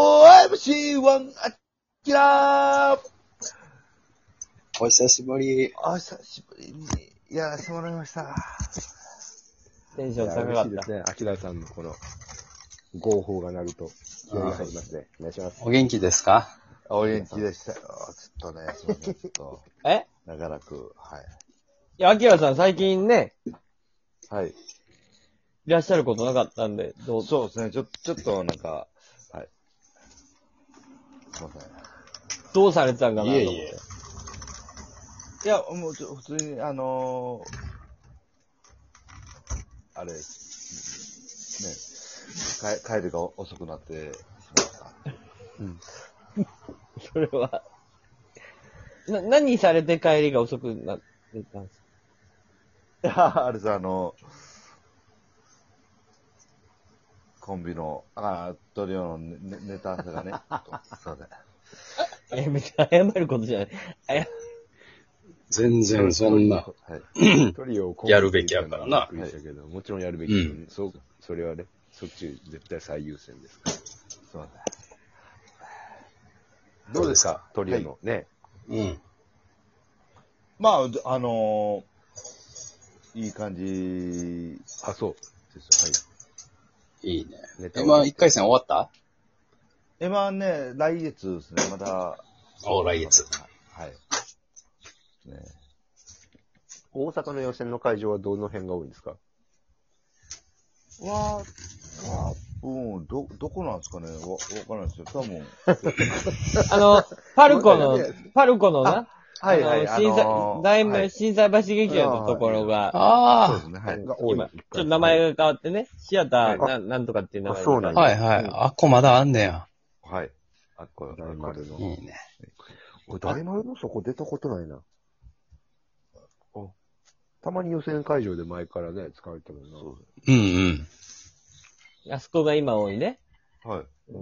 OMC1 アキラーお久しぶり。お久しぶりにやらせてもらいました。テンシいョンや高嬉かしっいでた。すね。アキラさんのこの、合法が鳴ると、気合が入りますね。お願いします。お元気ですかお元気でしたよ。ちょっとね、すいませんちょっと、え長らく、はい。いや、アキラさん最近ね、はい。いらっしゃることなかったんで、どうぞ。そうですね、ちょ、ちょっとなんか、はい。すいません。どうされてたんかなと思って。いえいえいや、もうちょ、普通に、あのー、あれ、ね、帰帰りが遅くなってしまった。それは。な、何されて帰りが遅くなってたんですかいや、 あれさ、あの、コンビの、あトリオのネネネタ合わせが ね、ちょっとすいません。え、別に謝ることじゃない。あや、全然そんな。はい。トリオをやるべきやからなびっくりしたけど、もちろんやるべき、うそう、それはね、そっち絶対最優先ですから。すいまどうですかトリオのね、うん。せん。まあ、あのいい感じですあ、そはい。いいね。う、ネタ今、は。 1回戦終わった今ね、来月ですね、まだ。お来月。はい。ね、大阪の予選の会場はどの辺が多いんですかわあ、うん、ど、どこなんですかねわ、わからないですよ。多分。あの、パルコの もうね、パルコのな、あの、震災、題は名、い震災橋劇場のところが、そうであすね、はい。が多い。今、ちょ一回っと名前が変わってね、シアターな、なんとかっていう名前あそうなんあ。だはいはい。あっこまだあんねや。はい。あ、これ、大丸いいの。ね。俺、大丸のそこ出たことないな。あたまに予選会場で前からね、使われてるそのううんうん。あそこが今多いね。はい。な。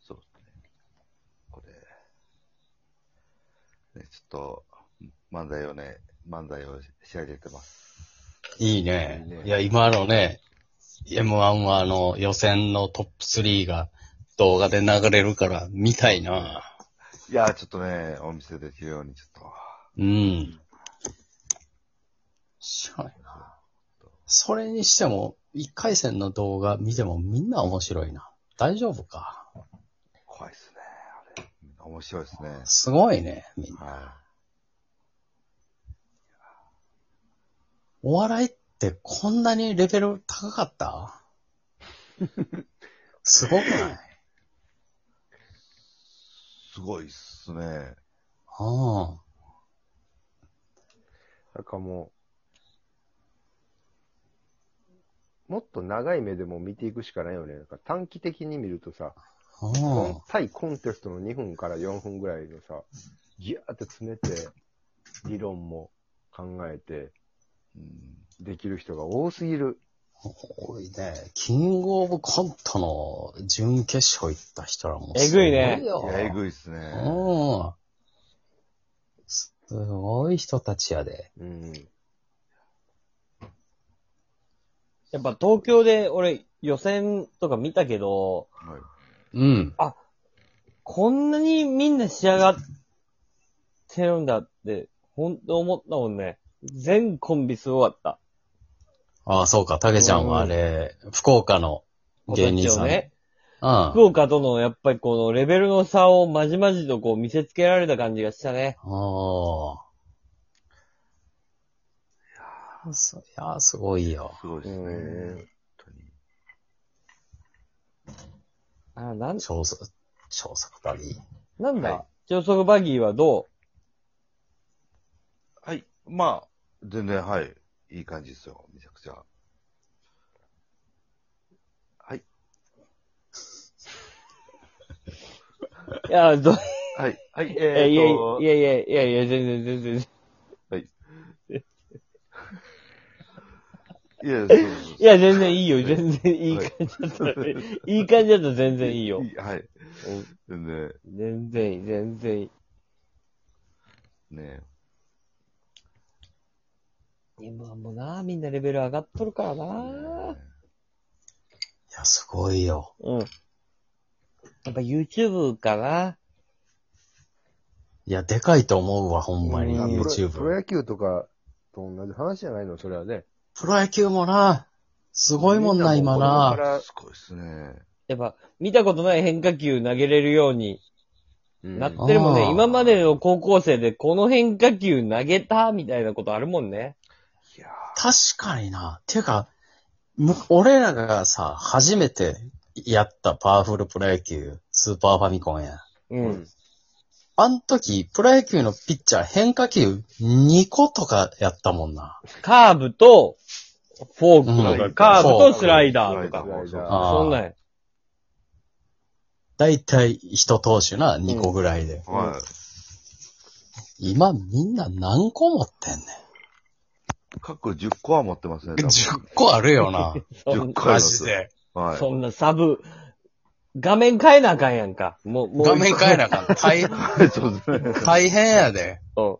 そうですね。これ。ね、ちょっと、漫才をね、漫才を仕上げてます。いいねいいね。いや、今のね、M1 はあの、予選のトップ3が動画で流れるから、見たいな。いやー、ちょっとね、お見せできるように、ちょっうん。しゃあないな。それにしても、一回戦の動画見てもみんな面白いな。大丈夫か。と、怖いですね。あれ、面白いですね。すごいね、みんな。はお笑いってこんなにレベル高かったすごくないい。すごいっすね。ああ。なんかもう、もっと長い目でも見ていくしかないよね。なんか短期的に見るとさ、あコあン。対コンテストの2分から4分ぐらいのさ、ギューって詰めて、理論も考えて、うん。できる人が多すぎる。多いね。キングオブコントの準決勝行った人らもうえぐいねすごよいや、えぐいっすね。うん。すごい人たちやで。うん。やっぱ東京で俺予選とか見たけど、はい。うん。こんなにみんな仕上がってるんだって、ほんと思ったもんね。全コンビすごかった。ああ、そうか。たけちゃんはあれ、福岡の芸人さん。ね。うん福。岡とのやっぱりこのレベルの差をまじまじとこう見せつけられた感じがしたね。ああ。いやーすいやー、すごいよ。すごいっすね。うん本当に。あ、なん、超速、超速旅。なんだ、はい超速バギーはどはい。まあ、全然、はい。いい感じですよ。めちゃくちゃ。はい。ういや、ど、はい。はい。ええいー、と、やいやいやいやいや、全然全然。いや、そうそうそういや、全然いいよ。全然いい感じだった。はいい、い感じだったら 全然いいよ。はい。全然、全然いい、全然いい。ね今もな、みんなレベル上がっとるからな。いや、すごいよ。うん。やっぱ YouTube かな。いや、でかいと思うわ、ほんまに、うんプロプロ YouTube。野球とかと同じ話じゃないの、それはね。プロ野球もな、すごいもんな、みん今なもこれなか。らすごいっすね。やっぱ、見たことない変化球投げれるようにうんなってるもんね。あー今までの高校生でこの変化球投げたみたいなことあるもんね。いや確かにな。ていうか、む俺らがさ、初めてやったパワフルプロ野球、スーパーファミコンや。うーん。あの時、プロ野球のピッチャー変化球2個とかやったもんな。カーブと、フォークとうか、んカーブフォーとクスライダーとスラかイ。ダーあーそんなんや。だいたい一投手な、2個ぐらいで。は今みんな何個持ってんねい。各10個は持ってますね。多ん。分10個あるよ な。そ10ん個マジで。はい。そんなサブ、画面変えなあかんやんか。もう、もう。画面変えなあかん。大、そうですね。大変やで。うん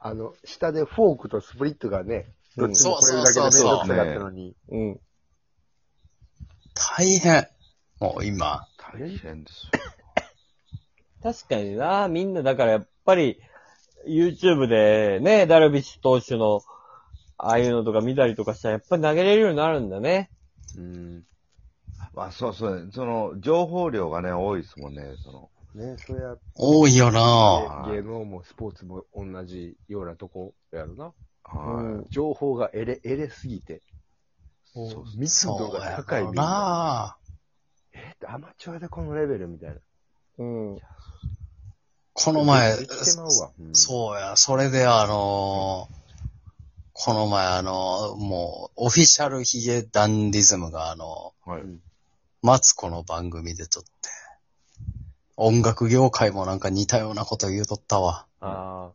あの、下でフォークとスプリットがね、どっちもこれだけでそめうんそうそどうくさかったのに。うん。大変。もう今。大変ですよ。確かにな、みんなだからやっぱり、YouTube でね、ダルビッシュ投手の、ああいうのとか見たりとかしたら、やっぱり投げれるようになるんだね。うん。まあそうそうね。その、情報量がね、多いですもんね。その、ね、それは、多いよなあーゲームもスポーツも同じようなとこやろな。はい。情報が得れ、得れすぎて。そうそう密度そうがや高いみんな。なアマチュアでこのレベルみたいな。うん。この前、できてまうわ。うんそうや、それであのーこの前あのーもう、オフィシャルヒゲダンディズムがあのはい。ーマツコの番組でちょっと、音楽業界もなんか似たようなこと言うとったわ。ああ。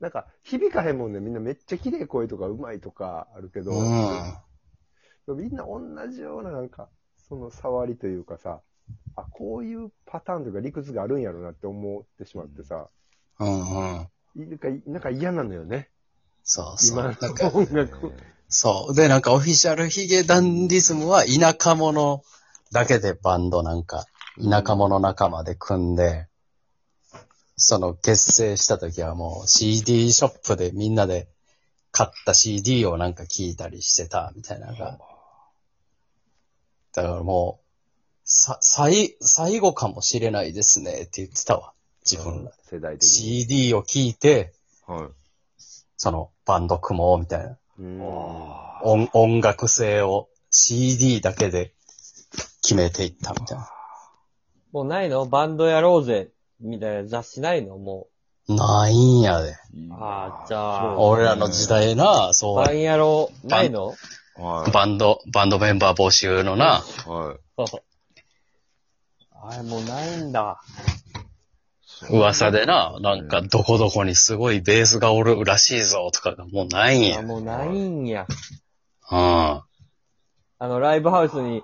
なんか、響かへんもんね。みんなめっちゃ綺麗声とか上手いとかあるけど、うん。みんな同じようななんか、その触りというかさ、あ、こういうパターンというか理屈があるんやろなって思ってしまってさ、うんうん。いなんか、なんか嫌なのよね。そうそう。今なのんか、音楽。そう。で、なんかオフィシャルヒゲダンディズムは田舎者だけでバンドなんか、田舎者仲間で組んで、その結成した時はもう CD ショップでみんなで買った CD をなんか聞いたりしてたみたいなのが。だからもう、さ、最、最後かもしれないですねって言ってたわ。自分ら。世代的に。 CD を聞いて、はい。そのバンド組もうみたいな。うんあ音音楽性を CD だけで決めていったみたいな。もうないのバンドやろうぜ、みたいな雑誌ないのもないんやで。う。あああ、じゃあ、俺らの時代な、そバう。ンやろう、ないのはい。バンド、バンドメンバー募集のな。はい。そう。あれもうないんだ。そう噂でな、なんかどこどこにすごいベースがおるらしいぞとかがもうないんや。あうもうないんや。ん。あの、ライブハウスに、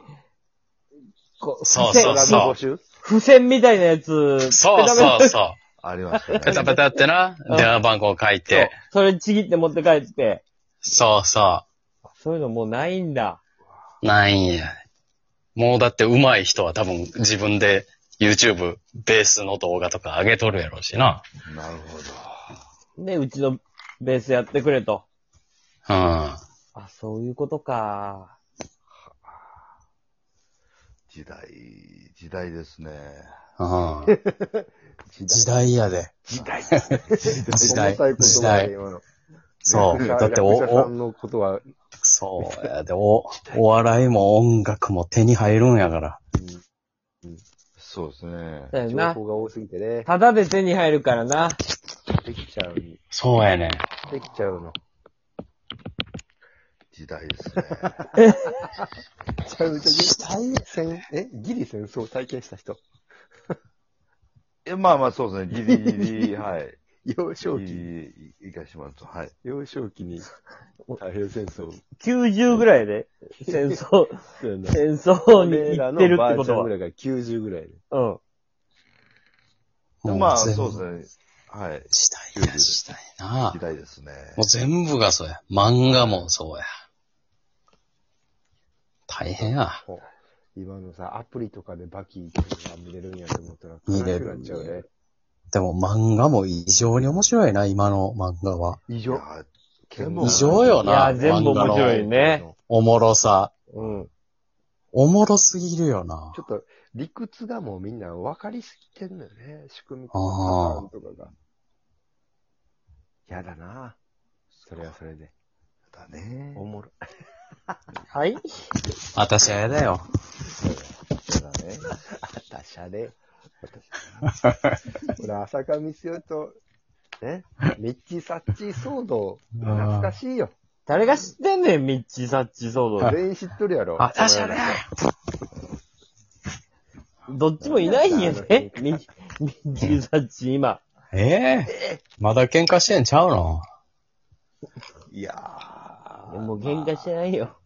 こう、そう付そ箋うラブ募集付箋みたいなやつ、そうペタペそうタそありましたねう。。 ペタペタってな、うん電話番号書いて。そうそれちぎって持って帰って。そうそそういうのもうないんだ。う。ないんや。もうだって上手い人は多分自分で YouTube ベースの動画とか上げとるやろうしな。なるほど。ね、うちのベースやってくれと。うん。あ、そういうことか。時代、時代ですね。 うん。時代やで。時代。時代重たい言葉時代今のそう。だってお、役者さ お、んのことは、そうやで、お、お笑いも音楽も手に入るんやから。そうですね。だよ情な。報が多すぎてね、ただで手に入るからな。できちゃう、でそうやね。きちゃうの。時代ですね。めちゃめちゃ時代戦、えギリ戦争体験した人。え、まあまあそうですね。ギリギリ、はい。幼少ギ期、リギリ、いかしてもらうと、はい。幼少期に太平洋戦争。 90ぐらいで、戦争、そうやな戦争俺にら行っのてるっばてあこちゃとんぐらは。いが90ぐらいで。うん。もまあ全部そうですね。はい。時代や、時代な時。代ですね。もう全部がそうや。漫画もそうや。大変や。こう今のさ、アプリとかでバキっていうのが見れるんやと思ったら、見れる悲しくなっちゃうね。でも漫画も異常に面白いな、今の漫画は。異い常。や異常よいな。や、全部面白い漫画のね。おもろさ。うん。おもろすぎるよなちょ。っと、理屈がもうみんな分かりすぎてんのよね。仕組みとかあーパターンとかが。やだなそれはそれで。だね。おもろ。はい私あれだよ。そうだね。ダシャ レ。ほら、浅香光代と、ね、ミッチーサッチー騒動、懐かしいよ。誰が知ってんねん、ミッチサッチ騒動。全員知っとるやろ。私あれどっちもいないんやね。ミッミッチサッチ今。ええまだ喧嘩してんちゃうのいやー。もう喧嘩してないよ。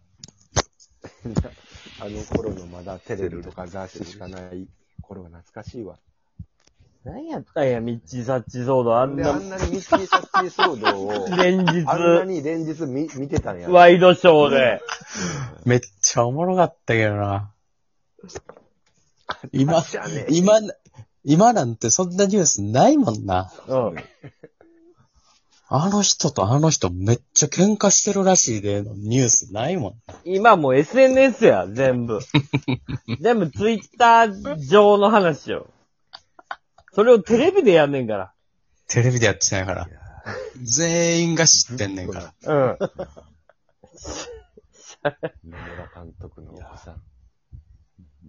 あの頃のまだテレビとか雑誌しかない頃が懐かしいわ。何やったんや、ミッチサッチ騒動。あんで、あなんなにミッチーサッチー騒動 を、連日、あんなに連日見見てたんや。ワイドショーで。めっちゃおもろかったけどな。今、今、今なんてそんなニュースないもんな。うん。あの人とあの人めっちゃ喧嘩してるらしいでのニュースないもん。今もう SNS や、全部。全部ツイッター上の話よ。それをテレビでやんねんかテレビでやってないから。全員が知ってんねんから。ら。うん。野村監督のお子さん。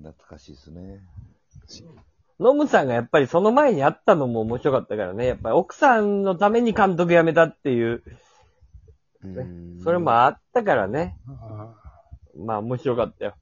懐かしいですね。ノムさんがやっぱりその前にあったのも面白かったからね。やっぱり奥さんのために監督辞めたっていう、うーんそれもあったからね。まあ面白かったよ。